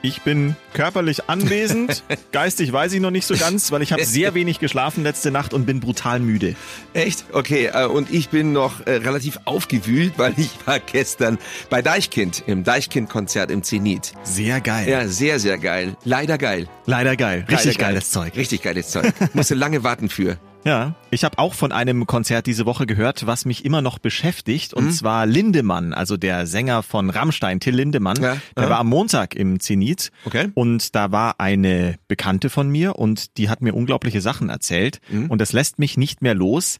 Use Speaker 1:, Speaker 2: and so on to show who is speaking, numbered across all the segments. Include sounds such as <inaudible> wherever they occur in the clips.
Speaker 1: Ich bin körperlich
Speaker 2: <laughs>
Speaker 1: anwesend, geistig weiß ich noch nicht so ganz, weil ich habe sehr wenig geschlafen letzte Nacht und bin brutal müde.
Speaker 2: Echt? Okay, äh, und ich bin noch äh, relativ aufgewühlt, <laughs> weil ich war gestern bei Deichkind im Deichkind-Konzert im Zenit.
Speaker 1: Sehr geil.
Speaker 2: Ja, sehr, sehr geil. Leider geil.
Speaker 1: Leider geil. Richtig
Speaker 2: Leider geil.
Speaker 1: geiles Zeug.
Speaker 2: Richtig geiles
Speaker 1: <laughs>
Speaker 2: Zeug. Musste lange warten für.
Speaker 1: Ja, ich habe auch von einem Konzert diese Woche gehört, was mich immer noch beschäftigt,
Speaker 2: Mhm.
Speaker 1: und zwar Lindemann, also der Sänger von Rammstein, Till Lindemann.
Speaker 2: Ja,
Speaker 1: der
Speaker 2: ja.
Speaker 1: war am Montag im Zenit
Speaker 2: Okay.
Speaker 1: und da war eine Bekannte von mir und die hat mir unglaubliche Sachen erzählt
Speaker 2: Mhm.
Speaker 1: und das lässt mich nicht mehr los.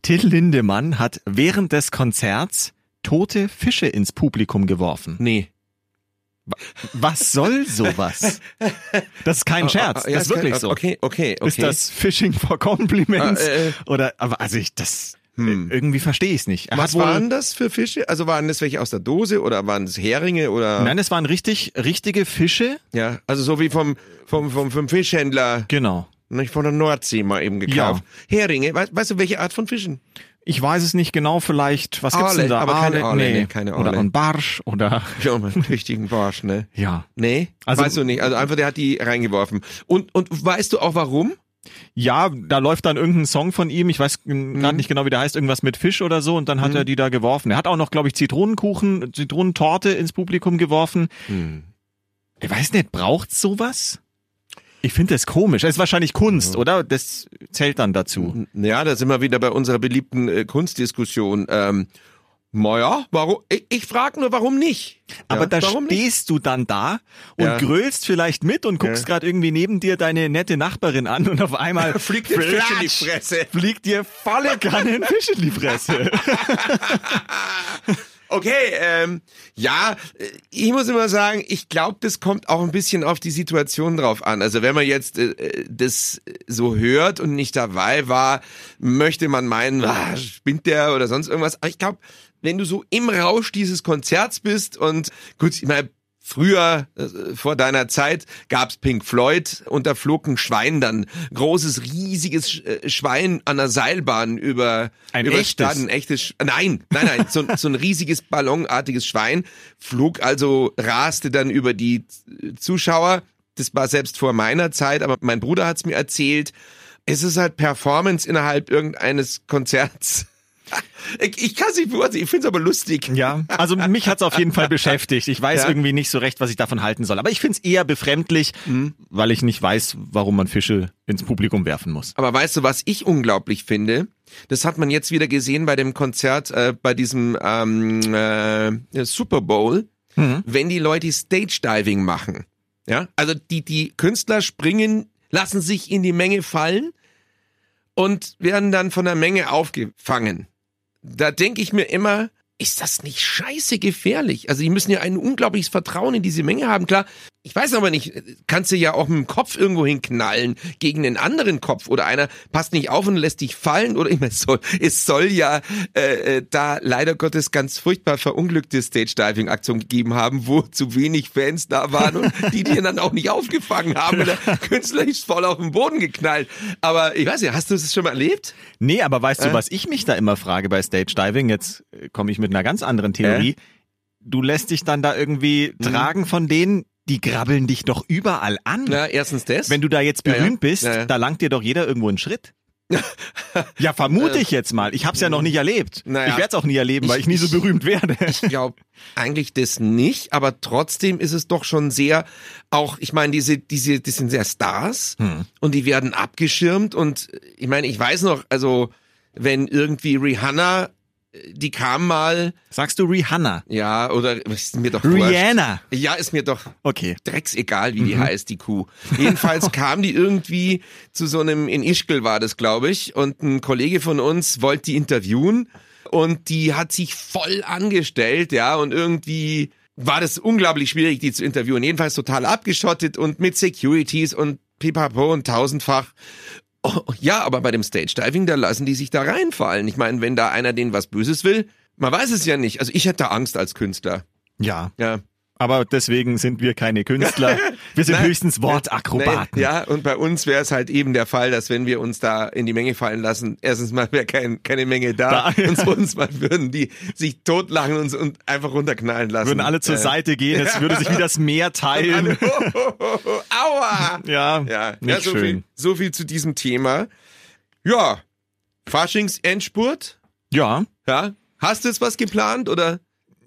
Speaker 1: Till Lindemann hat während des Konzerts tote Fische ins Publikum geworfen.
Speaker 2: Nee.
Speaker 1: Was soll sowas? Das ist
Speaker 2: <laughs>
Speaker 1: kein Scherz,
Speaker 2: Ah, Ja,
Speaker 1: das ist wirklich so.
Speaker 2: Okay, okay, okay.
Speaker 1: Ist das Fishing for Compliments?
Speaker 2: Äh, äh.
Speaker 1: Oder, aber also ich, das,
Speaker 2: Hm.
Speaker 1: irgendwie verstehe ich es nicht. Er
Speaker 2: Was
Speaker 1: hat wohl-
Speaker 2: waren das für Fische? Also waren das welche aus der Dose oder waren es Heringe oder?
Speaker 1: Nein, es waren richtig, richtige Fische.
Speaker 2: Ja, also so wie vom, vom, vom, vom Fischhändler,
Speaker 1: Genau.
Speaker 2: nicht von der Nordsee mal eben gekauft. Heringe, weißt, weißt du, welche Art von Fischen?
Speaker 1: Ich weiß es nicht genau, vielleicht, was gibt's
Speaker 2: Aale,
Speaker 1: denn da?
Speaker 2: aber keine Aale, nee, keine
Speaker 1: Oder
Speaker 2: Aale.
Speaker 1: ein Barsch oder,
Speaker 2: Ja, mit einem richtigen Barsch, ne?
Speaker 1: ja.
Speaker 2: Nee,
Speaker 1: Also-
Speaker 2: weißt du nicht. Also einfach, der hat die reingeworfen. Und, und weißt du auch warum?
Speaker 1: Ja, da läuft dann irgendein Song von ihm, ich weiß
Speaker 2: Mhm.
Speaker 1: gerade nicht genau, wie der heißt, irgendwas mit Fisch oder so, und dann hat er die da geworfen. Er hat auch noch, glaube ich, Zitronenkuchen, Zitronentorte ins Publikum geworfen. Ich weiß nicht, braucht's sowas? Ich finde das komisch. Es ist wahrscheinlich Kunst,
Speaker 2: Mhm.
Speaker 1: oder? Das zählt dann dazu.
Speaker 2: Ja, da sind wir wieder bei unserer beliebten äh, Kunstdiskussion. Ähm, naja, warum? Ich, ich frage nur, warum nicht?
Speaker 1: Aber
Speaker 2: ja,
Speaker 1: da
Speaker 2: warum
Speaker 1: stehst du dann da und
Speaker 2: Ja.
Speaker 1: grölst vielleicht mit und guckst
Speaker 2: Ja.
Speaker 1: gerade irgendwie neben dir deine nette Nachbarin an und auf einmal
Speaker 2: <laughs> Fliegt dir Fisch in die
Speaker 1: Flatsch!
Speaker 2: Fresse.
Speaker 1: Fliegt dir volle Kanne ein Fisch in die
Speaker 2: <laughs>
Speaker 1: Fresse.
Speaker 2: Okay, ähm, ja, äh, ich muss immer sagen, ich glaube, das kommt auch ein bisschen auf die Situation drauf an. Also wenn man jetzt äh, äh, das so hört und nicht dabei war, möchte man meinen, ah, spinnt der oder sonst irgendwas. Aber ich glaube, wenn du so im Rausch dieses Konzerts bist und gut, ich meine, Früher, äh, vor deiner Zeit, gab's Pink Floyd und da flog ein Schwein dann, großes, riesiges Sch- äh, Schwein an der Seilbahn über,
Speaker 1: Ein
Speaker 2: über
Speaker 1: echtes?
Speaker 2: Staden ein echtes, Sch nein, nein, nein, so, so ein riesiges ballonartiges Schwein flog also, raste dann über die äh, Zuschauer. Das war selbst vor meiner Zeit, aber mein Bruder hat's mir erzählt. Es ist halt Performance innerhalb irgendeines Konzerts. <laughs> Ich, ich kann es nicht beurteilen, ich find's aber lustig.
Speaker 1: Ja, also mich hat's auf jeden Fall beschäftigt. Ich weiß
Speaker 2: Ja.
Speaker 1: irgendwie nicht so recht, was ich davon halten soll. Aber ich find's eher befremdlich,
Speaker 2: Mhm.
Speaker 1: weil ich nicht weiß, warum man Fische ins Publikum werfen muss.
Speaker 2: Aber weißt du, was ich unglaublich finde? Das hat man jetzt wieder gesehen bei dem Konzert, äh, bei diesem ähm, äh, Super Bowl,
Speaker 1: Mhm.
Speaker 2: wenn die Leute Stage Diving machen. Ja, also die die Künstler springen, lassen sich in die Menge fallen und werden dann von der Menge aufgefangen. Da denke ich mir immer, ist das nicht scheiße gefährlich? Also die müssen ja ein unglaubliches Vertrauen in diese Menge haben. Klar, ich weiß aber nicht, kannst du ja auch mit dem Kopf irgendwo hinknallen gegen einen anderen Kopf oder einer passt nicht auf und lässt dich fallen oder immer soll. Es soll ja äh, äh, da leider Gottes ganz furchtbar verunglückte Stage-Diving-Aktion gegeben haben, wo zu wenig Fans da waren und die dir dann auch nicht aufgefangen haben. Und der Künstler ist voll auf den Boden geknallt. Aber ich weiß nicht, hast du das schon mal erlebt?
Speaker 1: Nee, aber weißt
Speaker 2: Äh?
Speaker 1: du, was ich mich da immer frage bei Stage Diving? Jetzt äh, komme ich mit einer ganz anderen Theorie.
Speaker 2: Äh?
Speaker 1: Du lässt dich dann da irgendwie
Speaker 2: Mhm.
Speaker 1: tragen von denen, die grabbeln dich doch überall an.
Speaker 2: Na, erstens das.
Speaker 1: Wenn du da jetzt
Speaker 2: Ja, ja.
Speaker 1: berühmt bist,
Speaker 2: Ja, ja.
Speaker 1: da langt dir doch jeder irgendwo einen
Speaker 2: <laughs>
Speaker 1: Schritt. ja, vermute ich jetzt mal. Ich hab's ja noch nicht erlebt.
Speaker 2: Äh. Naja.
Speaker 1: Ich werde es auch nie erleben, weil
Speaker 2: Ich-
Speaker 1: ich nie so
Speaker 2: ich-
Speaker 1: berühmt werde.
Speaker 2: <laughs> Ich glaube eigentlich das nicht, aber trotzdem ist es doch schon sehr, auch, ich meine, diese, diese, die sind sehr Stars und die werden abgeschirmt und äh, ich meine, ich weiß noch, also wenn irgendwie Rihanna, äh, die kam mal,
Speaker 1: Sagst du Rihanna?
Speaker 2: ja, oder ist mir doch
Speaker 1: Rihanna.
Speaker 2: Wurscht. Ja, ist mir doch
Speaker 1: Okay.
Speaker 2: drecksegal, wie die heißt, die Kuh. Jedenfalls kam die irgendwie zu so einem, in Ischgl war das, glaube ich, und ein Kollege von uns wollte die interviewen und die hat sich voll angestellt, ja, und irgendwie war das unglaublich schwierig, die zu interviewen. Jedenfalls total abgeschottet und mit Securities und pipapo und tausendfach. Oh, ja, aber bei dem Stage-Diving, da lassen die sich da reinfallen. Ich meine, wenn da einer denen was Böses will, man weiß es ja nicht. Also ich hätte Angst als Künstler.
Speaker 1: Ja.
Speaker 2: Ja.
Speaker 1: Aber deswegen sind wir keine
Speaker 2: <laughs>
Speaker 1: Künstler. Wir sind
Speaker 2: Nein.
Speaker 1: höchstens Wortakrobaten.
Speaker 2: Nee, ja, und bei uns wäre es halt eben der Fall, dass wenn wir uns da in die Menge fallen lassen, erstens mal wäre kein, keine Menge da,
Speaker 1: Da, ja.
Speaker 2: <laughs> und zweitens mal würden die sich totlachen und, und einfach runterknallen lassen.
Speaker 1: Würden alle zur
Speaker 2: Äh,
Speaker 1: Seite gehen, es würde sich wie das Meer teilen.
Speaker 2: alle, oh, oh, oh, oh, aua!
Speaker 1: Ja,
Speaker 2: Ja,
Speaker 1: nicht
Speaker 2: ja so,
Speaker 1: schön.
Speaker 2: Viel, so viel zu diesem Thema. Ja, Faschings-Endspurt,
Speaker 1: Ja.
Speaker 2: ja. Hast du jetzt was geplant oder?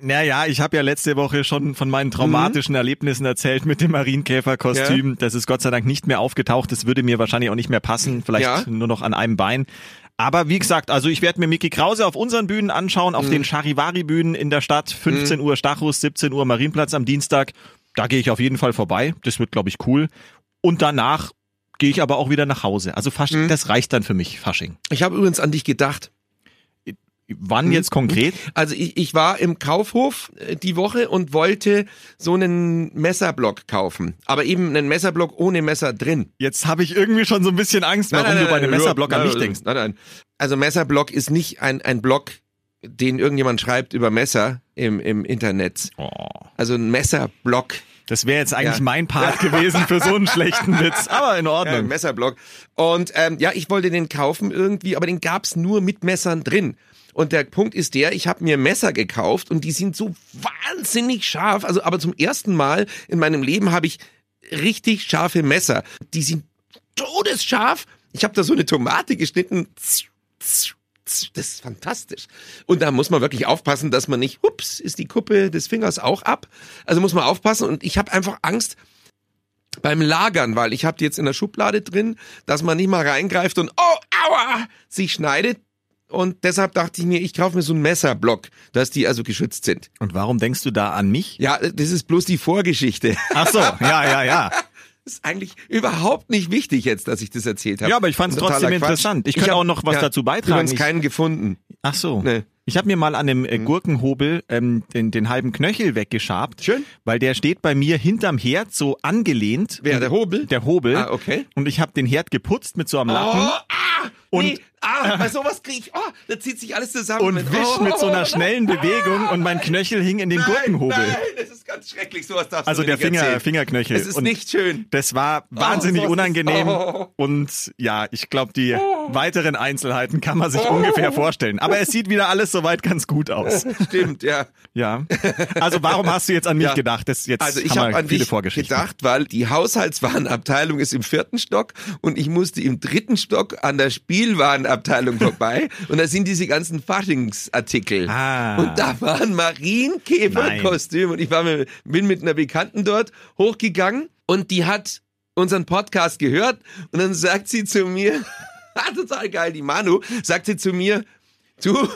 Speaker 1: Naja, ich habe ja letzte Woche schon von meinen traumatischen Erlebnissen erzählt mit dem Marienkäferkostüm. Das ist Gott sei Dank nicht mehr aufgetaucht. Das würde mir wahrscheinlich auch nicht mehr passen. Vielleicht
Speaker 2: Ja.
Speaker 1: nur noch an einem Bein. Aber wie gesagt, also ich werde mir Mickey Krause auf unseren Bühnen anschauen, auf den Charivari-Bühnen in der Stadt. 15 Uhr Stachus, 17 Uhr Marienplatz am Dienstag. Da gehe ich auf jeden Fall vorbei. Das wird, glaube ich, cool. Und danach gehe ich aber auch wieder nach Hause. Also Fasching, das reicht dann für mich, Fasching.
Speaker 2: Ich habe übrigens an dich gedacht.
Speaker 1: Wann jetzt konkret?
Speaker 2: Also ich, ich war im Kaufhof äh, die Woche und wollte so einen Messerblock kaufen. Aber eben einen Messerblock ohne Messer drin.
Speaker 1: Jetzt habe ich irgendwie schon so ein bisschen Angst, warum du bei einem Messerblock an
Speaker 2: nein,
Speaker 1: mich
Speaker 2: nein,
Speaker 1: denkst.
Speaker 2: Nein, nein. Also Messerblock ist nicht ein, ein Blog, den irgendjemand schreibt über Messer im, im Internet. Also ein Messerblock.
Speaker 1: Oh, Das wäre jetzt eigentlich
Speaker 2: Ja.
Speaker 1: mein Part gewesen für
Speaker 2: <laughs>
Speaker 1: so einen schlechten Witz, Ähm, aber in
Speaker 2: Ja, ein
Speaker 1: Ordnung.
Speaker 2: Äh, Messerblock. Und ähm, ja, ich wollte den kaufen irgendwie, aber den gab's nur mit Messern drin. Und der Punkt ist der, ich habe mir Messer gekauft und die sind so wahnsinnig scharf. Also, aber zum ersten Mal in meinem Leben habe ich richtig scharfe Messer. Die sind todesscharf. Ich habe da so eine Tomate geschnitten. Das ist fantastisch. Und da muss man wirklich aufpassen, dass man nicht, ups, ist die Kuppe des Fingers auch ab. Also muss man aufpassen. Und ich habe einfach Angst, beim Lagern, weil ich habe die jetzt in der Schublade drin, dass man nicht mal reingreift und oh, aua, sich schneidet. Und deshalb dachte ich mir, ich kaufe mir so einen Messerblock, dass die also geschützt sind.
Speaker 1: Und warum denkst du da an mich?
Speaker 2: Ja, das ist bloß die Vorgeschichte. <laughs>
Speaker 1: Ach so, ja, ja, ja.
Speaker 2: Das ist eigentlich überhaupt nicht wichtig jetzt, dass ich das erzählt habe.
Speaker 1: Ja, aber ich fand's
Speaker 2: Das ist totaler
Speaker 1: trotzdem
Speaker 2: Quatsch.
Speaker 1: interessant. Ich könnte
Speaker 2: hab-
Speaker 1: auch noch was dazu beitragen.
Speaker 2: Übrigens
Speaker 1: Ich-
Speaker 2: keinen gefunden.
Speaker 1: Ach so.
Speaker 2: Nee. Hm.
Speaker 1: Ich habe mir mal an dem äh, Gurkenhobel ähm, den, den halben Knöchel weggeschabt.
Speaker 2: Schön.
Speaker 1: Weil der steht bei mir hinterm Herd so angelehnt.
Speaker 2: Wer, der Hobel?
Speaker 1: Der Hobel.
Speaker 2: Ah, okay.
Speaker 1: Und ich habe den Herd geputzt mit so einem
Speaker 2: Oh,
Speaker 1: Lappen.
Speaker 2: ah,
Speaker 1: hm? Und-
Speaker 2: nee,
Speaker 1: <laughs>
Speaker 2: ah, bei sowas kriege ich, oh, da zieht sich alles zusammen.
Speaker 1: Und wisch
Speaker 2: oh,
Speaker 1: mit so einer schnellen Bewegung und mein Knöchel hing in dem Gurkenhobel.
Speaker 2: Nein, das ist ganz schrecklich, sowas darfst
Speaker 1: Also
Speaker 2: du
Speaker 1: der
Speaker 2: mir nicht
Speaker 1: Finger,
Speaker 2: erzählen.
Speaker 1: Fingerknöchel.
Speaker 2: Es ist
Speaker 1: Und-
Speaker 2: nicht schön.
Speaker 1: Das
Speaker 2: Oh,
Speaker 1: war wahnsinnig
Speaker 2: sowas ist-
Speaker 1: unangenehm.
Speaker 2: Oh.
Speaker 1: Und ja, ich glaube, die weiteren Einzelheiten kann man sich
Speaker 2: Oh.
Speaker 1: ungefähr vorstellen. Aber es sieht wieder alles soweit ganz gut
Speaker 2: <laughs>
Speaker 1: aus.
Speaker 2: Stimmt, ja.
Speaker 1: Ja. Also warum hast du jetzt an mich
Speaker 2: Ja.
Speaker 1: gedacht? Das jetzt
Speaker 2: Also ich
Speaker 1: haben wir
Speaker 2: habe an
Speaker 1: viele
Speaker 2: dich
Speaker 1: Vorgeschichten.
Speaker 2: gedacht, weil die Haushaltswarenabteilung ist im vierten Stock und ich musste im dritten Stock an der Spielwarenabteilung
Speaker 1: <laughs>
Speaker 2: vorbei und da sind diese ganzen Faschingsartikel.
Speaker 1: Ah.
Speaker 2: Und da waren Marienkäferkostüme und ich war mit, bin mit einer Bekannten dort hochgegangen und die hat unseren Podcast gehört und dann sagt sie zu mir, <laughs> Ah, total geil, die Manu, sagt sie zu mir, du,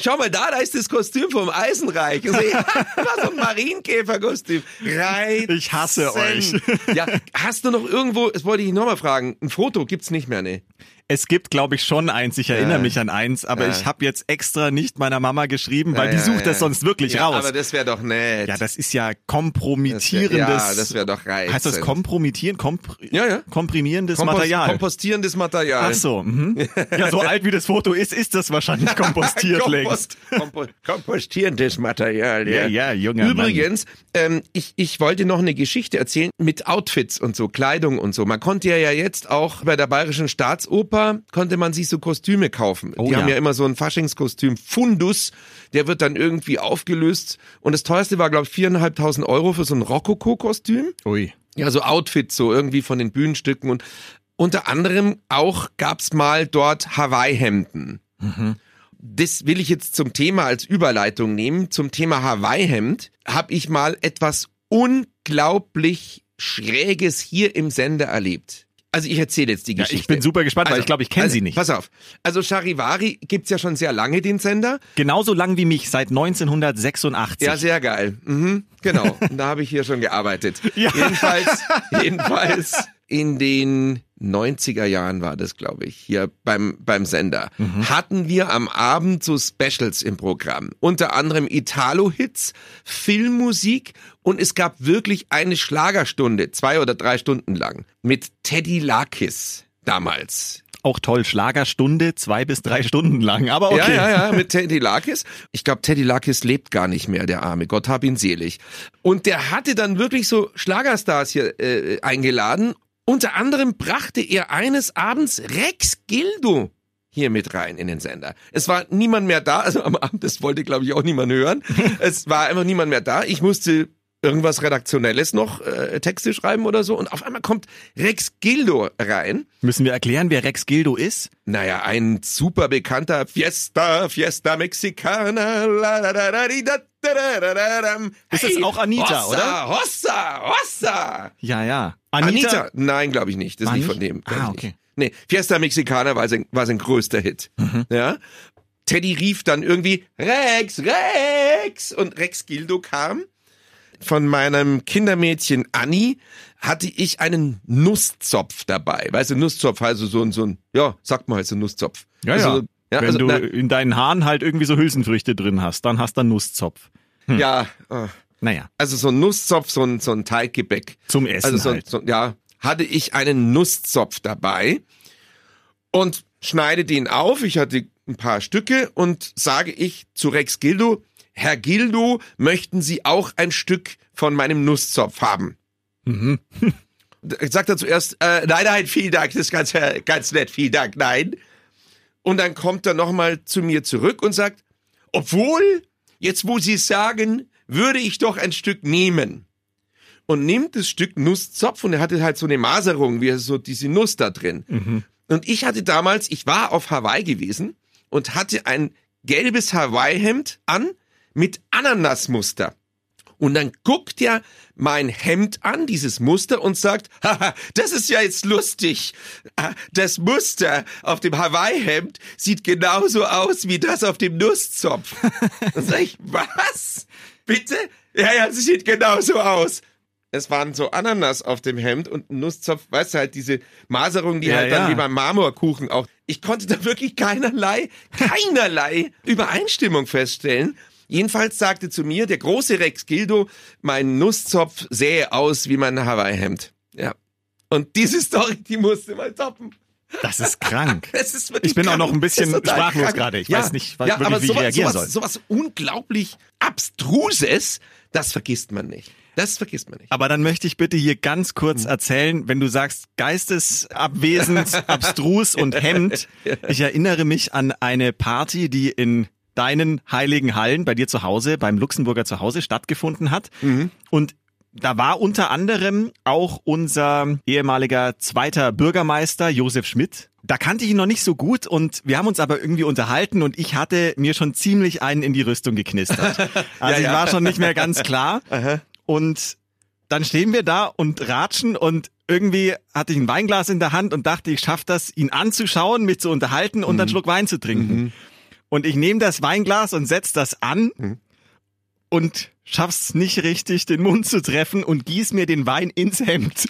Speaker 2: schau mal da, da ist das Kostüm vom Eisenreich. Und sie, <laughs> war so ein Marienkäferkostüm. Reizend.
Speaker 1: Ich hasse euch. <laughs>
Speaker 2: Ja, hast du noch irgendwo, das wollte ich nochmal fragen, ein Foto gibt's nicht mehr, ne?
Speaker 1: Es gibt, glaube ich, schon eins. Ich erinnere
Speaker 2: Ja.
Speaker 1: mich an eins, aber
Speaker 2: Ja.
Speaker 1: ich habe jetzt extra nicht meiner Mama geschrieben, weil
Speaker 2: Ja,
Speaker 1: die
Speaker 2: ja,
Speaker 1: sucht
Speaker 2: ja.
Speaker 1: das sonst wirklich
Speaker 2: ja,
Speaker 1: raus.
Speaker 2: Aber das wäre doch nett.
Speaker 1: ja, das ist ja
Speaker 2: Das wär-
Speaker 1: kompromittierendes.
Speaker 2: Ja, das wäre doch reizend.
Speaker 1: heißt das kompromittieren, kompr
Speaker 2: Ja, ja.
Speaker 1: komprimierendes
Speaker 2: Kompos-
Speaker 1: Material?
Speaker 2: Kompostierendes Material.
Speaker 1: Ach so. Mhm. Ja, so alt wie das Foto ist, ist das <laughs> wahrscheinlich kompostiert längst.
Speaker 2: Kompost, kompo- kompostierendes Material, ja.
Speaker 1: Ja, ja, junger
Speaker 2: Übrigens, ähm, ich, ich wollte noch eine Geschichte erzählen mit Outfits und so, Kleidung und so. Man konnte ja jetzt auch bei der Bayerischen Staatsoper, konnte man sich so Kostüme kaufen.
Speaker 1: Oh
Speaker 2: Die
Speaker 1: ja.
Speaker 2: haben ja immer so ein Faschingskostüm, Fundus, der wird dann irgendwie aufgelöst. Und das teuerste war, glaube ich, 4.500 Euro für so ein Rokoko-Kostüm
Speaker 1: Ui.
Speaker 2: ja, so Outfits, so irgendwie von den Bühnenstücken und unter anderem auch gab's mal dort Hawaii-Hemden.
Speaker 1: Mhm.
Speaker 2: Das will ich jetzt zum Thema als Überleitung nehmen. Zum Thema Hawaii-Hemd habe ich mal etwas unglaublich Schräges hier im Sender erlebt. Also ich erzähle jetzt die
Speaker 1: Ja,
Speaker 2: Geschichte.
Speaker 1: ich bin super gespannt, weil ich glaube, ich kenne
Speaker 2: also,
Speaker 1: sie nicht.
Speaker 2: Pass auf. Also Charivari gibt's ja schon sehr lange, den Sender.
Speaker 1: Genauso lang wie mich, seit 1986.
Speaker 2: Ja, sehr geil. Mhm, genau. Und da habe ich hier schon gearbeitet.
Speaker 1: Ja.
Speaker 2: Jedenfalls, jedenfalls in den 90er Jahren war das, glaube ich, hier beim, beim Sender, hatten wir am Abend so Specials im Programm. Unter anderem Italo-Hits, Filmmusik und es gab wirklich eine Schlagerstunde, zwei oder drei Stunden lang, mit Teddy Lakis damals.
Speaker 1: Auch toll, Schlagerstunde, zwei bis drei Stunden lang, aber okay.
Speaker 2: Ja, ja, ja, mit Teddy Lakis. Ich glaube, Teddy Lakis lebt gar nicht mehr, der Arme. Gott hab ihn selig. Und der hatte dann wirklich so Schlagerstars hier äh, eingeladen. Unter anderem brachte er eines Abends Rex Gildo hier mit rein in den Sender. Es war niemand mehr da, also am Abend, das wollte glaube ich auch niemand
Speaker 1: <laughs>
Speaker 2: hören. es war einfach niemand mehr da. Ich musste irgendwas Redaktionelles noch, äh, Texte schreiben oder so. Und auf einmal kommt Rex Gildo rein.
Speaker 1: Müssen wir erklären, wer Rex Gildo ist?
Speaker 2: Naja, ein super bekannter Fiesta, Fiesta Mexicana. La, la, la, la, di, da, da, da, da, da, dam.
Speaker 1: Ist das auch Anita,
Speaker 2: Hossa,
Speaker 1: oder?
Speaker 2: Hossa, Hossa.
Speaker 1: Ja, ja.
Speaker 2: Anita? Nein, glaube ich nicht. Das ist
Speaker 1: War
Speaker 2: nicht
Speaker 1: nicht?
Speaker 2: von dem. glaub
Speaker 1: Ah,
Speaker 2: ich
Speaker 1: okay.
Speaker 2: Nicht. Nee, Fiesta Mexicana war sein, war sein größter Hit.
Speaker 1: Mhm.
Speaker 2: Ja? Teddy rief dann irgendwie Rex, Rex und Rex Gildo kam. Von meinem Kindermädchen Anni hatte ich einen Nusszopf dabei. Weißt du, Nusszopf, also so ein, so ein, ja, sagt man halt so Nusszopf.
Speaker 1: Ja,
Speaker 2: also,
Speaker 1: ja. Wenn
Speaker 2: also,
Speaker 1: du
Speaker 2: na,
Speaker 1: in deinen Haaren halt irgendwie so Hülsenfrüchte drin hast, dann hast du einen Nusszopf.
Speaker 2: ja, äh,
Speaker 1: Naja,
Speaker 2: also so ein Nusszopf, so ein, so ein Teiggebäck.
Speaker 1: zum Essen
Speaker 2: also so,
Speaker 1: halt.
Speaker 2: so, ja, hatte ich einen Nusszopf dabei und schneide den auf. Ich hatte ein paar Stücke und sage ich zu Rex Gildo, Herr Gildo, möchten Sie auch ein Stück von meinem Nusszopf haben?
Speaker 1: Mhm.
Speaker 2: Da <laughs> Sagt er zuerst, äh, nein, nein, vielen Dank, das ist ganz, äh, ganz nett, vielen Dank, nein. Und dann kommt er nochmal zu mir zurück und sagt, obwohl, jetzt wo Sie es sagen, würde ich doch ein Stück nehmen. Und nimmt das Stück Nusszopf und er hatte halt so eine Maserung, wie so diese Nuss da drin. Und ich hatte damals, ich war auf Hawaii gewesen und hatte ein gelbes Hawaii-Hemd an mit Ananasmuster. Und dann guckt er mein Hemd an, dieses Muster, und sagt, haha, das ist ja jetzt lustig. Ah, Das Muster auf dem Hawaii-Hemd sieht genauso aus wie das auf dem Nusszopf. Dann sag ich, was? Bitte? Ja, ja, sie sieht genauso aus. Es waren so Ananas auf dem Hemd und ein Nusszopf, weißt du, halt diese Maserung, die
Speaker 1: Ja,
Speaker 2: halt dann
Speaker 1: ja.
Speaker 2: wie beim Marmorkuchen auch. Ich konnte da wirklich keinerlei, keinerlei Übereinstimmung feststellen. Jedenfalls sagte zu mir der große Rex Gildo, mein Nusszopf sähe aus wie mein Hawaii-Hemd. Ja. Und diese Story, die musste mal toppen.
Speaker 1: halt. Das ist krank.
Speaker 2: Das ist wirklich
Speaker 1: Ich bin auch
Speaker 2: krank.
Speaker 1: noch ein bisschen
Speaker 2: Das ist total
Speaker 1: sprachlos
Speaker 2: krank.
Speaker 1: gerade. Ich weiß nicht, was-
Speaker 2: ja,
Speaker 1: wirklich,
Speaker 2: aber
Speaker 1: wie ich
Speaker 2: sowas,
Speaker 1: reagieren
Speaker 2: sowas,
Speaker 1: soll.
Speaker 2: Sowas unglaublich Abstruses, das vergisst man nicht. Das vergisst man nicht. Hm.
Speaker 1: Aber dann möchte ich bitte hier ganz kurz erzählen, wenn du sagst
Speaker 2: <laughs>
Speaker 1: geistesabwesend, abstrus und Hemd. Ich erinnere mich an eine Party, die in deinen heiligen Hallen bei dir zu Hause, beim Luxemburger Zuhause stattgefunden hat.
Speaker 2: Mhm.
Speaker 1: Und da war unter anderem auch unser ehemaliger zweiter Bürgermeister Josef Schmidt. Da kannte ich ihn noch nicht so gut und wir haben uns aber irgendwie unterhalten und ich hatte mir schon ziemlich einen in die Rüstung
Speaker 2: <laughs>
Speaker 1: geknistert. Also ich
Speaker 2: ja.
Speaker 1: war schon nicht mehr ganz
Speaker 2: <laughs>
Speaker 1: klar. Und dann stehen wir da und ratschen und irgendwie hatte ich ein Weinglas in der Hand und dachte, ich schaff das, ihn anzuschauen, mich zu unterhalten
Speaker 2: Mhm.
Speaker 1: und einen Schluck Wein zu trinken. Und ich nehme das Weinglas und setz das an
Speaker 2: Mhm.
Speaker 1: und schaff's nicht richtig, den Mund zu treffen und gieß mir den Wein ins
Speaker 2: <laughs>
Speaker 1: Hemd.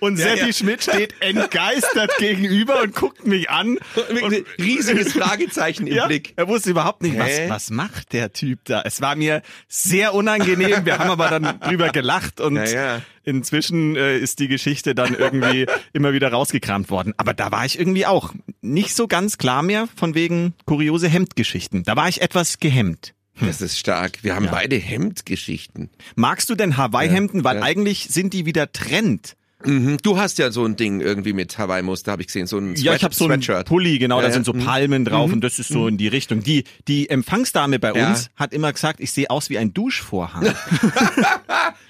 Speaker 1: und Seppi
Speaker 2: ja.
Speaker 1: Schmidt steht entgeistert gegenüber und guckt mich an.
Speaker 2: Ein
Speaker 1: Und
Speaker 2: riesiges Fragezeichen im
Speaker 1: <laughs> ja,
Speaker 2: Blick.
Speaker 1: Er wusste überhaupt nicht, was,
Speaker 2: Hä?
Speaker 1: was macht der Typ da. Es war mir sehr unangenehm. Wir haben aber dann <laughs> drüber gelacht und
Speaker 2: Ja, ja.
Speaker 1: inzwischen äh, ist die Geschichte dann irgendwie immer wieder rausgekramt worden. Aber da war ich irgendwie auch nicht so ganz klar mehr von wegen kuriose Hemdgeschichten. Da war ich etwas gehemmt.
Speaker 2: Das ist stark. Wir haben beide Hemdgeschichten.
Speaker 1: Magst du denn Hawaii-Hemden? Weil
Speaker 2: ja.
Speaker 1: eigentlich sind die wieder Trend.
Speaker 2: Mhm. Du hast ja so ein Ding irgendwie mit Hawaii-Muster, habe ich gesehen. So ein Sweat
Speaker 1: Ja, ich habe so einen
Speaker 2: Sweatshirt.
Speaker 1: Pulli, genau,
Speaker 2: Ja,
Speaker 1: da
Speaker 2: ja.
Speaker 1: sind so Palmen drauf und das ist so in die Richtung. Die, die Empfangsdame bei
Speaker 2: Ja.
Speaker 1: uns hat immer gesagt, ich sehe aus wie ein Duschvorhang. <laughs>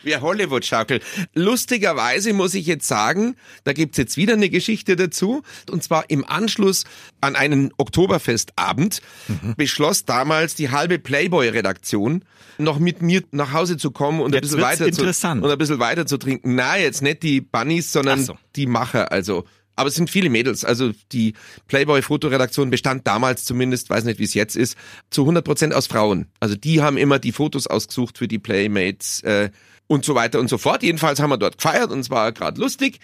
Speaker 2: Wir Hollywood-Schaukel. Lustigerweise muss ich jetzt sagen, da gibt's jetzt wieder eine Geschichte dazu. Und zwar im Anschluss an einen Oktoberfestabend
Speaker 1: Mhm.
Speaker 2: beschloss damals die halbe Playboy-Redaktion, noch mit mir nach Hause zu kommen und
Speaker 1: Jetzt
Speaker 2: ein bisschen
Speaker 1: wird's
Speaker 2: weiter
Speaker 1: interessant.
Speaker 2: zu und ein bisschen weiter zu trinken. Na, jetzt nicht die Bunnies, sondern
Speaker 1: Ach so.
Speaker 2: die Macher. Also, aber es sind viele Mädels. Also die Playboy-Fotoredaktion bestand damals zumindest, weiß nicht, wie es jetzt ist, zu 100 Prozent aus Frauen. Also die haben immer die Fotos ausgesucht für die Playmates. Äh, und so weiter und so fort. Jedenfalls haben wir dort gefeiert und es war gerade lustig.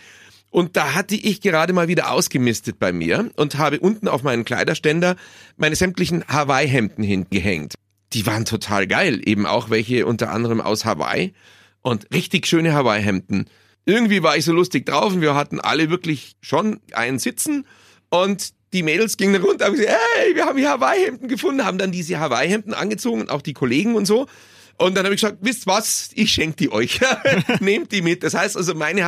Speaker 2: Und da hatte ich gerade mal wieder ausgemistet bei mir und habe unten auf meinen Kleiderständer meine sämtlichen Hawaii-Hemden hingehängt. Die waren total geil, eben auch welche unter anderem aus Hawaii und richtig schöne Hawaii-Hemden. Irgendwie war ich so lustig drauf und wir hatten alle wirklich schon einen Sitzen und die Mädels gingen runter und haben gesagt, hey, wir haben hier Hawaii-Hemden gefunden, haben dann diese Hawaii-Hemden angezogen und auch die Kollegen und so. Und dann habe ich gesagt, wisst was, ich schenke die euch. <laughs> Nehmt die mit. Das heißt also, meine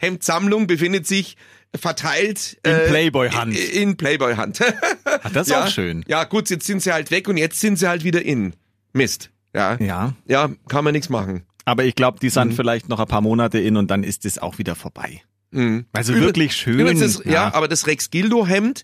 Speaker 2: Hawaii-Hemdsammlung befindet sich verteilt
Speaker 1: In
Speaker 2: äh,
Speaker 1: Playboy-Hand.
Speaker 2: in- In Playboy-Hand. <laughs>
Speaker 1: Ach, das ist
Speaker 2: ja,
Speaker 1: auch schön.
Speaker 2: Ja, gut, jetzt sind sie halt weg und jetzt sind sie halt wieder in. Mist. Ja. Ja,
Speaker 1: Ja.
Speaker 2: kann man nichts machen.
Speaker 1: Aber ich glaube, die sind vielleicht noch ein paar Monate in und dann ist es auch wieder vorbei.
Speaker 2: Mhm.
Speaker 1: Also
Speaker 2: Übr-
Speaker 1: wirklich schön.
Speaker 2: Übrigens ist, ja. aber das Rex Gildo Hemd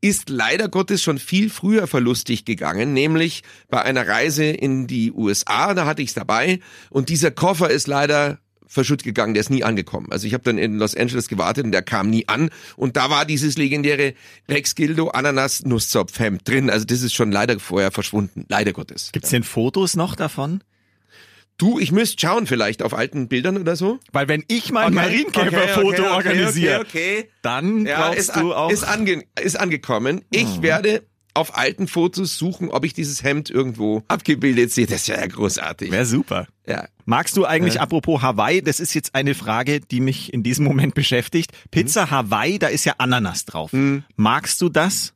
Speaker 2: ist leider Gottes schon viel früher verlustig gegangen, nämlich bei einer Reise in die USA, da hatte ich es dabei und dieser Koffer ist leider verschütt gegangen, der ist nie angekommen. Also ich habe dann in Los Angeles gewartet und der kam nie an und da war dieses legendäre Rex Gildo Ananas Nusszopf Hemd drin. Also das ist schon leider vorher verschwunden, leider Gottes.
Speaker 1: Gibt's denn Fotos noch davon?
Speaker 2: Du, ich müsste schauen vielleicht auf alten Bildern oder so.
Speaker 1: Weil wenn ich mein Marienkäferfoto organisiere,
Speaker 2: okay. okay.
Speaker 1: dann
Speaker 2: Ja,
Speaker 1: brauchst
Speaker 2: ist,
Speaker 1: du auch.
Speaker 2: Ist, ange ist angekommen. Ich werde auf alten Fotos suchen, ob ich dieses Hemd irgendwo abgebildet sehe. Das wäre ja großartig.
Speaker 1: Wäre super.
Speaker 2: Ja.
Speaker 1: Magst du eigentlich,
Speaker 2: Ja.
Speaker 1: apropos Hawaii, das ist jetzt eine Frage, die mich in diesem <laughs> Moment beschäftigt.
Speaker 2: Mhm.
Speaker 1: Pizza Hawaii, da ist ja Ananas drauf.
Speaker 2: Hm.
Speaker 1: Magst du das?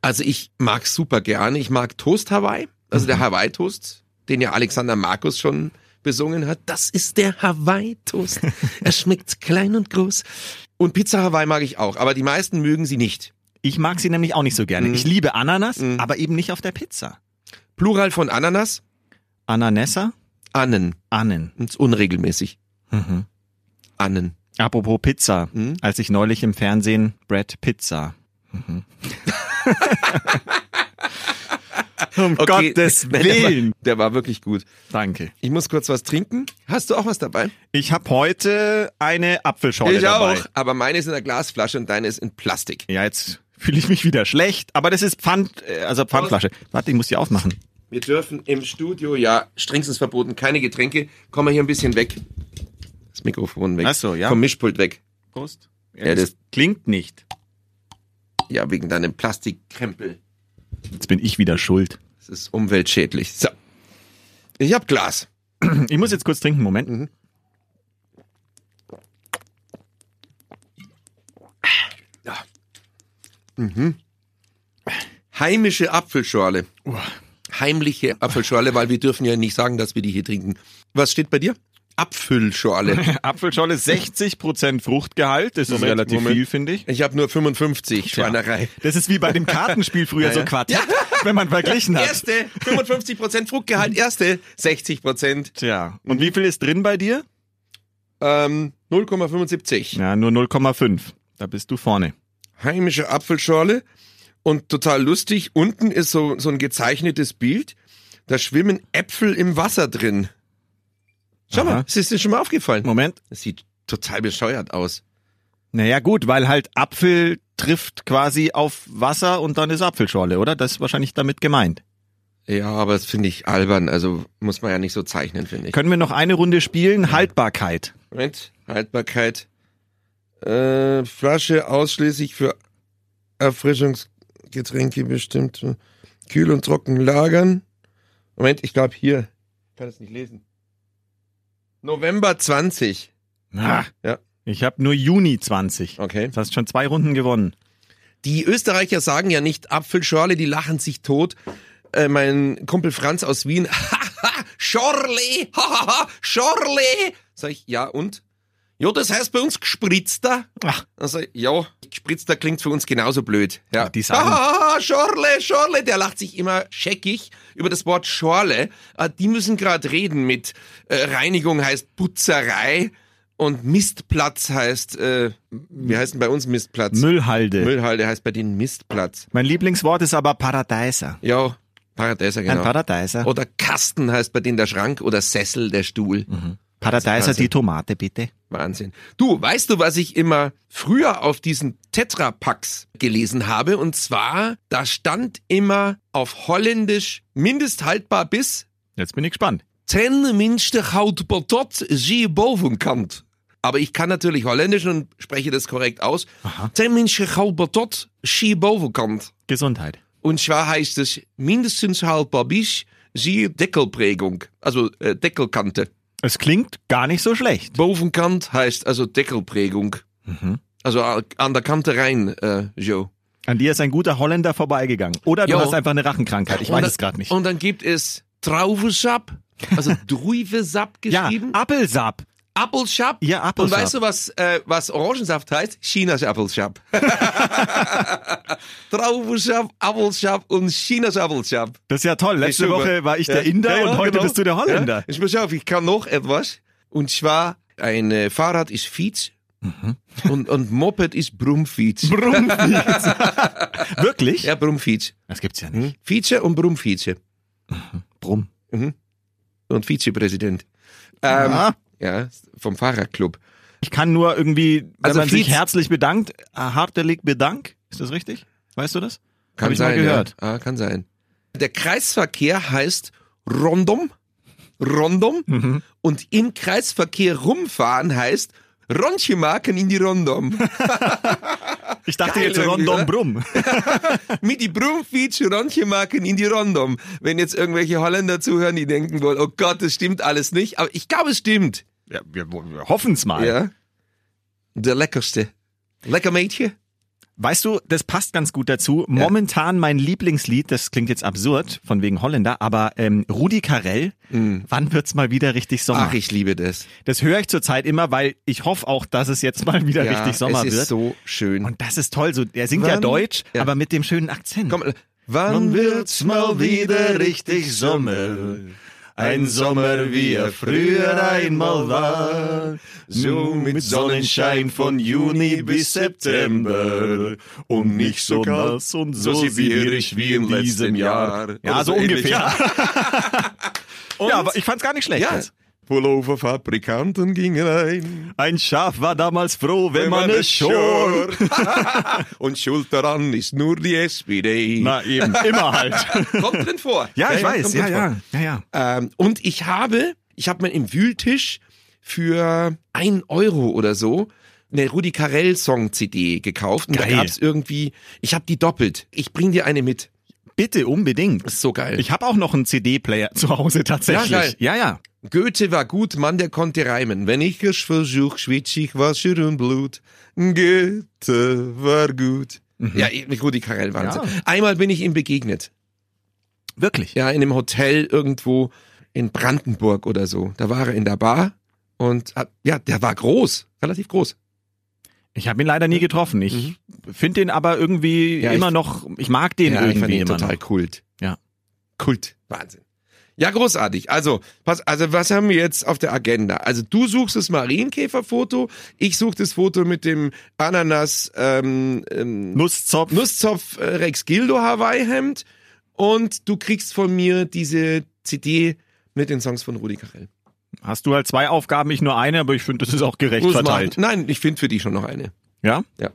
Speaker 2: Also ich mag super gerne. Ich mag Toast Hawaii, also der Hawaii Toast, den ja Alexander Markus schon besungen hat. Das ist der Hawaii <laughs> Toast. er schmeckt klein und groß. Und Pizza Hawaii mag ich auch, aber die meisten mögen sie nicht.
Speaker 1: Ich mag sie nämlich auch nicht so
Speaker 2: Mhm.
Speaker 1: gerne. Ich liebe Ananas, aber eben nicht auf der Pizza.
Speaker 2: Plural von Ananas,
Speaker 1: Ananessa?
Speaker 2: Annen.
Speaker 1: Annen.
Speaker 2: Und ist unregelmäßig.
Speaker 1: Mhm.
Speaker 2: Annen.
Speaker 1: Apropos Pizza,
Speaker 2: Mhm.
Speaker 1: als ich neulich im Fernsehen Brad Pizza. Mhm. <laughs> um <laughs> Gottes Willen.
Speaker 2: <laughs> Der war, der war wirklich gut.
Speaker 1: Danke.
Speaker 2: Ich muss kurz was trinken. Hast du auch was dabei?
Speaker 1: Ich habe heute eine Apfelschorle
Speaker 2: ich
Speaker 1: dabei.
Speaker 2: auch. Aber meine ist in einer Glasflasche und deine ist in Plastik.
Speaker 1: Ja, jetzt fühle ich mich wieder schlecht, aber das ist Pfand, äh, also Pfandflasche. Warte, ich muss die aufmachen.
Speaker 2: Wir dürfen im Studio, ja, strengstens verboten, keine Getränke. Komm mal hier ein bisschen weg. Das Mikrofon weg.
Speaker 1: Ach so, ja.
Speaker 2: Vom Mischpult weg.
Speaker 1: Prost. Ja,
Speaker 2: Ja,
Speaker 1: das,
Speaker 2: das-
Speaker 1: klingt nicht.
Speaker 2: Ja, wegen deinem Plastikkrempel.
Speaker 1: Jetzt bin ich wieder schuld.
Speaker 2: Das ist umweltschädlich. So. Ich hab Glas.
Speaker 1: Ich muss jetzt kurz trinken, Moment.
Speaker 2: Mhm. Heimische Apfelschorle. Heimliche Apfelschorle, weil wir dürfen ja nicht sagen, dass wir die hier trinken. Was steht bei dir? Apfelschorle.
Speaker 1: Apfelschorle 60% Fruchtgehalt, das ist
Speaker 2: Moment,
Speaker 1: relativ
Speaker 2: Moment.
Speaker 1: viel, finde ich.
Speaker 2: Ich habe nur 55
Speaker 1: Tja.
Speaker 2: Schweinerei.
Speaker 1: Das ist wie bei dem Kartenspiel früher
Speaker 2: Ja,
Speaker 1: so
Speaker 2: ja.
Speaker 1: Quartett, wenn man verglichen hat.
Speaker 2: Erste, 55% Fruchtgehalt, erste, 60%.
Speaker 1: Tja, und wie viel ist drin bei dir?
Speaker 2: Ähm, 0,75.
Speaker 1: Ja, nur 0,5. Da bist du vorne.
Speaker 2: Heimische Apfelschorle und total lustig. Unten ist so, so ein gezeichnetes Bild. Da schwimmen Äpfel im Wasser drin. Schau
Speaker 1: Aha.
Speaker 2: mal, es ist dir schon mal aufgefallen.
Speaker 1: Moment.
Speaker 2: Das sieht total bescheuert aus.
Speaker 1: Naja gut, weil halt Apfel trifft quasi auf Wasser und dann ist Apfelschorle, oder? Das ist wahrscheinlich damit gemeint.
Speaker 2: Ja, aber das finde ich albern. Also muss man ja nicht so zeichnen, finde ich.
Speaker 1: Können wir noch eine Runde spielen? Haltbarkeit.
Speaker 2: Moment, Haltbarkeit. Äh, Flasche ausschließlich für Erfrischungsgetränke bestimmt. Kühl und trocken lagern. Moment, ich glaube hier. Ich kann es nicht lesen. November 20.
Speaker 1: Na,
Speaker 2: Ja. Oh.
Speaker 1: Ich habe nur Juni 20.
Speaker 2: Okay.
Speaker 1: Das hast schon zwei Runden gewonnen.
Speaker 2: Die Österreicher sagen ja nicht Apfelschorle, die lachen sich tot. Äh, mein Kumpel Franz aus Wien, <laughs> Schorle, hahaha, Schorle. Sag ich, ja und? Jo, das heißt bei uns gespritzter.
Speaker 1: Ach,
Speaker 2: Also, ja, gespritzter klingt für uns genauso blöd. Ja.
Speaker 1: Ja, die sagen-
Speaker 2: Ah, Schorle, Schorle, der lacht sich immer scheckig über das Wort Schorle. Ah, Die müssen gerade reden mit äh, Reinigung heißt Putzerei und Mistplatz heißt, äh, wie heißt denn bei uns Mistplatz?
Speaker 1: Müllhalde.
Speaker 2: Müllhalde heißt bei denen Mistplatz.
Speaker 1: Mein Lieblingswort ist aber Paradeiser.
Speaker 2: Ja, Paradeiser,
Speaker 1: Ein
Speaker 2: genau.
Speaker 1: Paradeiser.
Speaker 2: oder Kasten heißt bei denen der Schrank oder Sessel, der Stuhl.
Speaker 1: Paradeiser,
Speaker 2: Wahnsinn.
Speaker 1: die Tomate bitte.
Speaker 2: Wahnsinn. Du, weißt du, was ich immer früher auf diesen Tetrapacks gelesen habe? Und zwar, da stand immer auf Holländisch mindesthaltbar bis
Speaker 1: Jetzt bin ich gespannt.
Speaker 2: ten minste houdt patat zie bovenkant. Aber ich kann natürlich Holländisch und spreche das korrekt aus. Ten minste houdt patat zie bovenkant.
Speaker 1: Gesundheit.
Speaker 2: Und zwar heißt es mindestens halb bis siehe Deckelprägung, also äh, Deckelkante.
Speaker 1: Es klingt gar nicht so schlecht.
Speaker 2: Bovenkant heißt also Deckelprägung.
Speaker 1: Mhm.
Speaker 2: Also a- an der Kante rein, äh, Joe.
Speaker 1: An dir ist ein guter Holländer vorbeigegangen. Oder du
Speaker 2: Jo.
Speaker 1: hast einfach eine Rachenkrankheit. Ich
Speaker 2: Und
Speaker 1: weiß
Speaker 2: dann-
Speaker 1: es gerade nicht.
Speaker 2: Und dann gibt es Trauvesap, also
Speaker 1: <laughs>
Speaker 2: Druivesap
Speaker 1: Ja,
Speaker 2: geschrieben.
Speaker 1: Appelsap.
Speaker 2: Appelschap.
Speaker 1: Ja,
Speaker 2: Und
Speaker 1: Appelsap.
Speaker 2: weißt du, was, äh, was Orangensaft heißt?
Speaker 1: <laughs>
Speaker 2: Chinas <laughs> Appelschap. Traubenschap, Appelschap und Chinas Appelschap.
Speaker 1: Das ist ja toll. Letzte
Speaker 2: Super.
Speaker 1: Woche war ich der
Speaker 2: Ja.
Speaker 1: Inder
Speaker 2: Ja, ja,
Speaker 1: und heute
Speaker 2: genau.
Speaker 1: bist du der Holländer.
Speaker 2: Ja? Ich pass auf, ich kann noch etwas. Und zwar, ein äh, Fahrrad ist Fiets.
Speaker 1: Mhm.
Speaker 2: Und, und Moped ist Brummfiets. <laughs>
Speaker 1: Wirklich?
Speaker 2: ja, Hm. Brummfiets.
Speaker 1: Das gibt's ja nicht.
Speaker 2: Fietsen und Brummfietsen.
Speaker 1: Brumm.
Speaker 2: Und Vizepräsident. Ähm, ja.
Speaker 1: Ah,
Speaker 2: vom Fahrradclub.
Speaker 1: ich kann nur irgendwie, wenn
Speaker 2: Also
Speaker 1: man sich
Speaker 2: Fietz-
Speaker 1: herzlich bedankt, äh, hartelig bedank. Ist das richtig? Weißt du das? Hab
Speaker 2: Kann
Speaker 1: ich mal
Speaker 2: sein,
Speaker 1: gehört.
Speaker 2: Ja. Ah, kann sein. Der Kreisverkehr heißt Rondum, Rondum
Speaker 1: Mhm.
Speaker 2: und im Kreisverkehr rumfahren heißt Rondchen machen in die Rondum.
Speaker 1: Ich dachte
Speaker 2: Geil
Speaker 1: jetzt
Speaker 2: irgendwie,
Speaker 1: Rondom
Speaker 2: oder?
Speaker 1: Brumm.
Speaker 2: <laughs> Mit die Brummfietsch Rondchen machen in die Rondum. Wenn jetzt irgendwelche Holländer zuhören, die denken wohl, oh Gott, das stimmt alles nicht, aber ich glaube, es stimmt.
Speaker 1: Ja, wir, wir hoffen's mal.
Speaker 2: Ja. Der leckerste. Lecker Mädchen?
Speaker 1: Weißt du, das passt ganz gut dazu. Momentan mein Lieblingslied, das klingt jetzt absurd, von wegen Holländer, aber ähm, Rudi Carell, wann wird's mal wieder richtig Sommer?
Speaker 2: Mhm. Ach, ich liebe das.
Speaker 1: Das höre ich zurzeit immer, weil ich hoffe auch, dass es jetzt mal wieder richtig Sommer
Speaker 2: es ist
Speaker 1: wird.
Speaker 2: so schön.
Speaker 1: Und das ist toll. So, er singt ja
Speaker 2: Wann-
Speaker 1: Deutsch,
Speaker 2: Ja.
Speaker 1: aber mit dem schönen Akzent.
Speaker 2: Komm, äh, wann wird's mal wieder richtig Sommer?
Speaker 1: Ein Sommer, wie er früher einmal war.
Speaker 2: So mit Sonnenschein von Juni bis September.
Speaker 1: Und nicht so nass und so schwierig wie in diesem Jahr. Ja,
Speaker 2: Oder
Speaker 1: so
Speaker 2: so ähnlich.
Speaker 1: ungefähr.
Speaker 2: <laughs>
Speaker 1: ja, aber ich fand's gar nicht schlecht.
Speaker 2: Ja.
Speaker 1: jetzt.
Speaker 2: Pulloverfabrikanten Äh, gingen ein,
Speaker 1: Ein Schaf war damals froh, wenn, man, es schor.
Speaker 2: schor. <laughs> Und schuld daran ist nur die SPD.
Speaker 1: Na eben, immer halt.
Speaker 2: <laughs> Kommt drin vor.
Speaker 1: Ja, ich weiß.
Speaker 2: kommt
Speaker 1: Ja,
Speaker 2: drin
Speaker 1: ja,
Speaker 2: vor.
Speaker 1: ja, ja.
Speaker 2: Ähm, und ich habe, ich habe mir im Wühltisch für ein Euro oder so eine Rudi Carell Song CD gekauft. Und
Speaker 1: Geil.
Speaker 2: da gab es irgendwie, ich habe die doppelt. Ich bring dir eine mit.
Speaker 1: Bitte unbedingt.
Speaker 2: Ist so geil.
Speaker 1: Ich habe auch noch einen CD-Player zu Hause
Speaker 2: Ja,
Speaker 1: tatsächlich.
Speaker 2: geil.
Speaker 1: Ja, ja.
Speaker 2: Goethe war gut, Mann, der konnte reimen. Wenn ich es versuch, schwitz ich Wasser und Blut. Goethe war gut. Ja, ich- Rudi Carell, Wahnsinn.
Speaker 1: Ja.
Speaker 2: Einmal bin ich ihm begegnet.
Speaker 1: Wirklich.
Speaker 2: Ja, in einem Hotel irgendwo in Brandenburg oder so. Da war er in der Bar und hat, ja, der war groß, relativ groß.
Speaker 1: Ich habe ihn leider nie getroffen. Ich finde den aber irgendwie
Speaker 2: Mhm. Ja, ich-
Speaker 1: immer noch, ich mag den
Speaker 2: ja, ich fand
Speaker 1: irgendwie
Speaker 2: ihn
Speaker 1: immer
Speaker 2: total
Speaker 1: noch.
Speaker 2: Kult.
Speaker 1: Ja.
Speaker 2: Kult. Wahnsinn. Ja, großartig. Also, was, also, was haben wir jetzt auf der Agenda? Also, du suchst das Marienkäferfoto, ich suche das Foto mit dem Ananas, ähm, ähm,
Speaker 1: Nusszopf.
Speaker 2: Nusszopf äh, Rex Gildo Hawaii Hemd und du kriegst von mir diese CD mit den Songs von Rudi Carell.
Speaker 1: Hast du halt zwei Aufgaben, ich nur eine, aber ich finde, das ist auch gerecht
Speaker 2: Muss man-
Speaker 1: verteilt.
Speaker 2: Nein, ich finde für dich schon noch eine.
Speaker 1: Ja?
Speaker 2: Ja.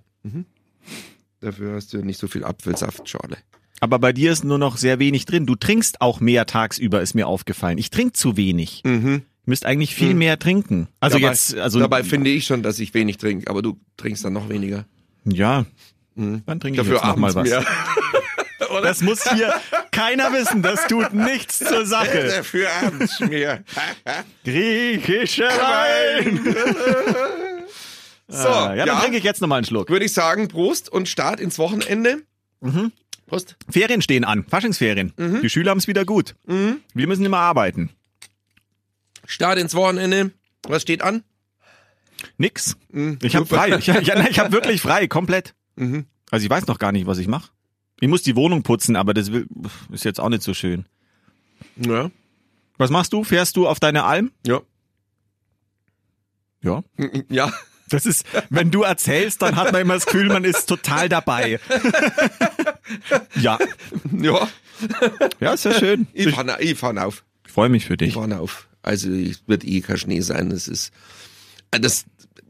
Speaker 2: Dafür hast du nicht so viel Apfelsaftschorle.
Speaker 1: Aber bei dir ist nur noch sehr wenig drin. Du trinkst auch mehr tagsüber, ist mir aufgefallen. Ich trinke zu wenig.
Speaker 2: Mhm.
Speaker 1: Du müsst eigentlich viel mehr trinken. Also
Speaker 2: dabei,
Speaker 1: jetzt, also
Speaker 2: dabei finde ich schon, dass ich wenig trinke, aber du trinkst dann noch weniger. Mhm.
Speaker 1: ja. Dann trinke ich
Speaker 2: Dafür
Speaker 1: jetzt noch mal was.
Speaker 2: abends mehr.
Speaker 1: <laughs>
Speaker 2: <laughs>
Speaker 1: Das muss hier keiner wissen. Das tut nichts zur
Speaker 2: <laughs>
Speaker 1: Sache.
Speaker 2: Dafür
Speaker 1: <laughs>
Speaker 2: abends mehr.
Speaker 1: Ah, Griechische Wein.
Speaker 2: so,
Speaker 1: Ah,
Speaker 2: ja,
Speaker 1: ja, dann trinke ich jetzt noch mal einen Schluck.
Speaker 2: würde ich sagen, Prost und Start ins Wochenende.
Speaker 1: Mhm.
Speaker 2: Prost.
Speaker 1: Ferien stehen an, Faschingsferien.
Speaker 2: Mhm.
Speaker 1: Die Schüler haben es wieder gut. Wir müssen immer arbeiten.
Speaker 2: Start ins Wochenende. Was steht an?
Speaker 1: Nix. ich habe frei. Ich, ich, nein, ich habe wirklich frei, komplett.
Speaker 2: Mhm.
Speaker 1: Also ich weiß noch gar nicht, was ich mache. Ich muss die Wohnung putzen, aber das will, ist jetzt auch nicht so schön.
Speaker 2: Ja.
Speaker 1: Was machst du? Fährst du auf deine Alm?
Speaker 2: Ja.
Speaker 1: Ja.
Speaker 2: <laughs> Ja.
Speaker 1: Das ist, wenn du erzählst, dann hat man immer das Gefühl, man ist total dabei. ja.
Speaker 2: Ja.
Speaker 1: Ja, ist ja schön.
Speaker 2: Ich fahre ich fahr auf.
Speaker 1: Ich freue mich für dich.
Speaker 2: Ich warne auf. Also es wird eh kein Schnee sein. Es ist ah, das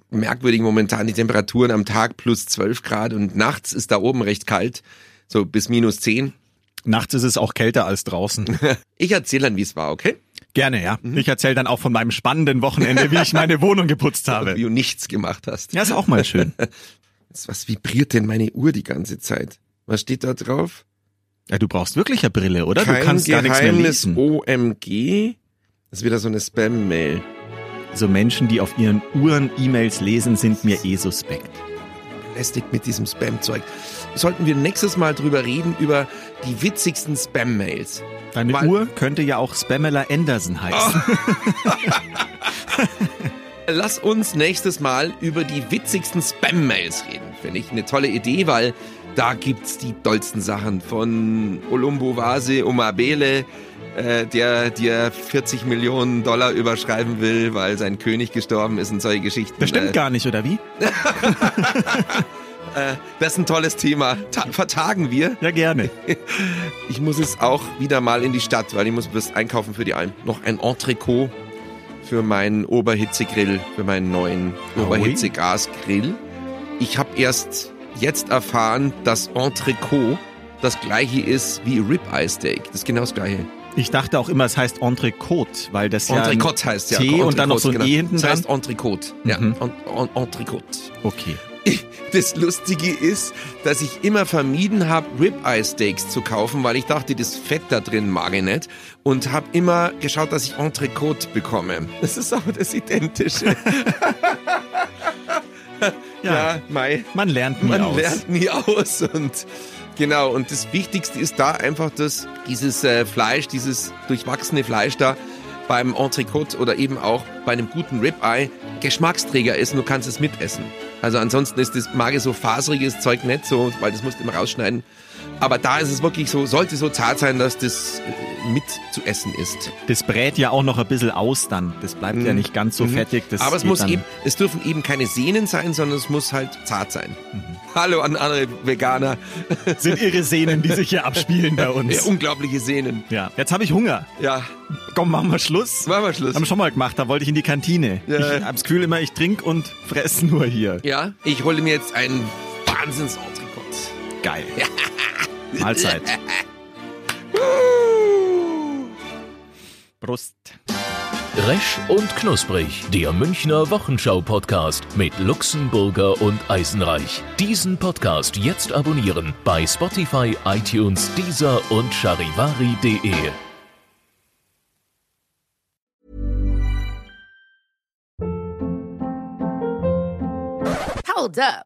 Speaker 2: merkwürdig momentan die Temperaturen am Tag plus 12 Grad und nachts ist da oben recht kalt, so bis minus 10.
Speaker 1: Nachts ist es auch kälter als draußen.
Speaker 2: Ich erzähle dann, wie es war, okay?
Speaker 1: Gerne, ja.
Speaker 2: Mhm.
Speaker 1: Ich erzähle dann auch von meinem spannenden Wochenende, wie ich meine Wohnung geputzt habe.
Speaker 2: Wie du nichts gemacht hast.
Speaker 1: Ja, ist auch mal schön.
Speaker 2: Jetzt, Was vibriert denn meine Uhr die ganze Zeit? Was steht da drauf?
Speaker 1: Ja, du brauchst wirklich eine Brille, oder?
Speaker 2: Kein
Speaker 1: du kannst gar nichts mehr
Speaker 2: Geheimnis
Speaker 1: lesen.
Speaker 2: OMG. Das ist wieder so eine Spam-Mail.
Speaker 1: So Menschen, die auf ihren Uhren E-Mails lesen, sind mir eh suspekt.
Speaker 2: Lästig mit diesem Spam-Zeug. Sollten wir nächstes Mal drüber reden, über die witzigsten Spam-Mails.
Speaker 1: Deine
Speaker 2: Weil- Oh.
Speaker 1: Uhr könnte ja auch Spamela Anderson heißen.
Speaker 2: Lass uns nächstes Mal über die witzigsten Spam-Mails reden. Finde ich eine tolle Idee, weil da gibt's die dollsten Sachen von Olumbo Vase Umabele, äh, der dir 40 Millionen Dollar überschreiben will, weil sein König gestorben ist und solche Geschichten.
Speaker 1: Das stimmt
Speaker 2: äh,
Speaker 1: gar nicht, oder wie?
Speaker 2: äh, das ist ein tolles Thema. Ta vertagen wir.
Speaker 1: Ja, gerne.
Speaker 2: Ich muss es auch wieder mal in die Stadt, weil ich muss was einkaufen für die ein noch ein Entrecot für meinen Oberhitzegrill, für meinen neuen
Speaker 1: Aui.
Speaker 2: Oberhitzegasgrill. Ich habe erst jetzt erfahren, dass Entrecot das gleiche ist wie Ribeye Steak. Das ist genau das gleiche.
Speaker 1: Ich dachte auch immer, es heißt Entrecôte, weil das ja...
Speaker 2: Entrecot heißt ja.
Speaker 1: T und dann noch so ein
Speaker 2: Entrecôte,
Speaker 1: E hinten
Speaker 2: Das
Speaker 1: dran.
Speaker 2: heißt Entrecot. Ja,
Speaker 1: Mhm.
Speaker 2: Ent- Ent- Entrecot.
Speaker 1: Okay.
Speaker 2: <laughs> Das Lustige ist, dass ich immer vermieden habe, Ribeye Steaks zu kaufen, weil ich dachte, das Fett da drin mag ich nicht. Und habe immer geschaut, dass ich Entrecôte bekomme. Das ist aber das Identische. <laughs>
Speaker 1: Ja,
Speaker 2: Mai.
Speaker 1: man lernt nie
Speaker 2: Man
Speaker 1: aus.
Speaker 2: lernt nie aus. Und genau, und das Wichtigste ist da einfach, dass dieses äh, Fleisch, dieses durchwachsene Fleisch da beim Entrecôte oder eben auch bei einem guten Ribeye Geschmacksträger ist und du kannst es mitessen. Also ansonsten ist das mag ich so faseriges Zeug nicht so, weil das musst du immer rausschneiden. Aber da ist es wirklich so, sollte so zart sein, dass das äh, mit zu essen ist.
Speaker 1: Das brät ja auch noch ein bisschen aus dann. Das bleibt ja nicht ganz so fettig. Das
Speaker 2: Mhm. Aber es
Speaker 1: geht
Speaker 2: muss
Speaker 1: dann-
Speaker 2: eben, es dürfen eben keine Sehnen sein, sondern es muss halt zart sein.
Speaker 1: Mhm.
Speaker 2: Hallo an andere Veganer.
Speaker 1: sind irre Szenen, die
Speaker 2: <laughs>
Speaker 1: sich hier abspielen bei
Speaker 2: Ja, um-
Speaker 1: uns.
Speaker 2: unglaubliche Sehnen.
Speaker 1: Ja, jetzt habe ich Hunger.
Speaker 2: Ja,
Speaker 1: Komm, machen wir Schluss.
Speaker 2: machen wir Schluss.
Speaker 1: Haben wir schon mal gemacht, da wollte ich in die Kantine.
Speaker 2: Ja.
Speaker 1: Ich habe das Gefühl immer, ich trink und fress nur hier.
Speaker 2: Ja, ich hole mir jetzt einen Wahnsinns-Entrecote.
Speaker 1: Geil. <laughs> Mahlzeit. Brust.
Speaker 3: Resch und Knusprig, der Münchner Wochenschau-Podcast mit Luxemburger und Eisenreich. Diesen Podcast jetzt abonnieren bei Spotify, iTunes, Deezer und charivari.de.
Speaker 4: Hold up.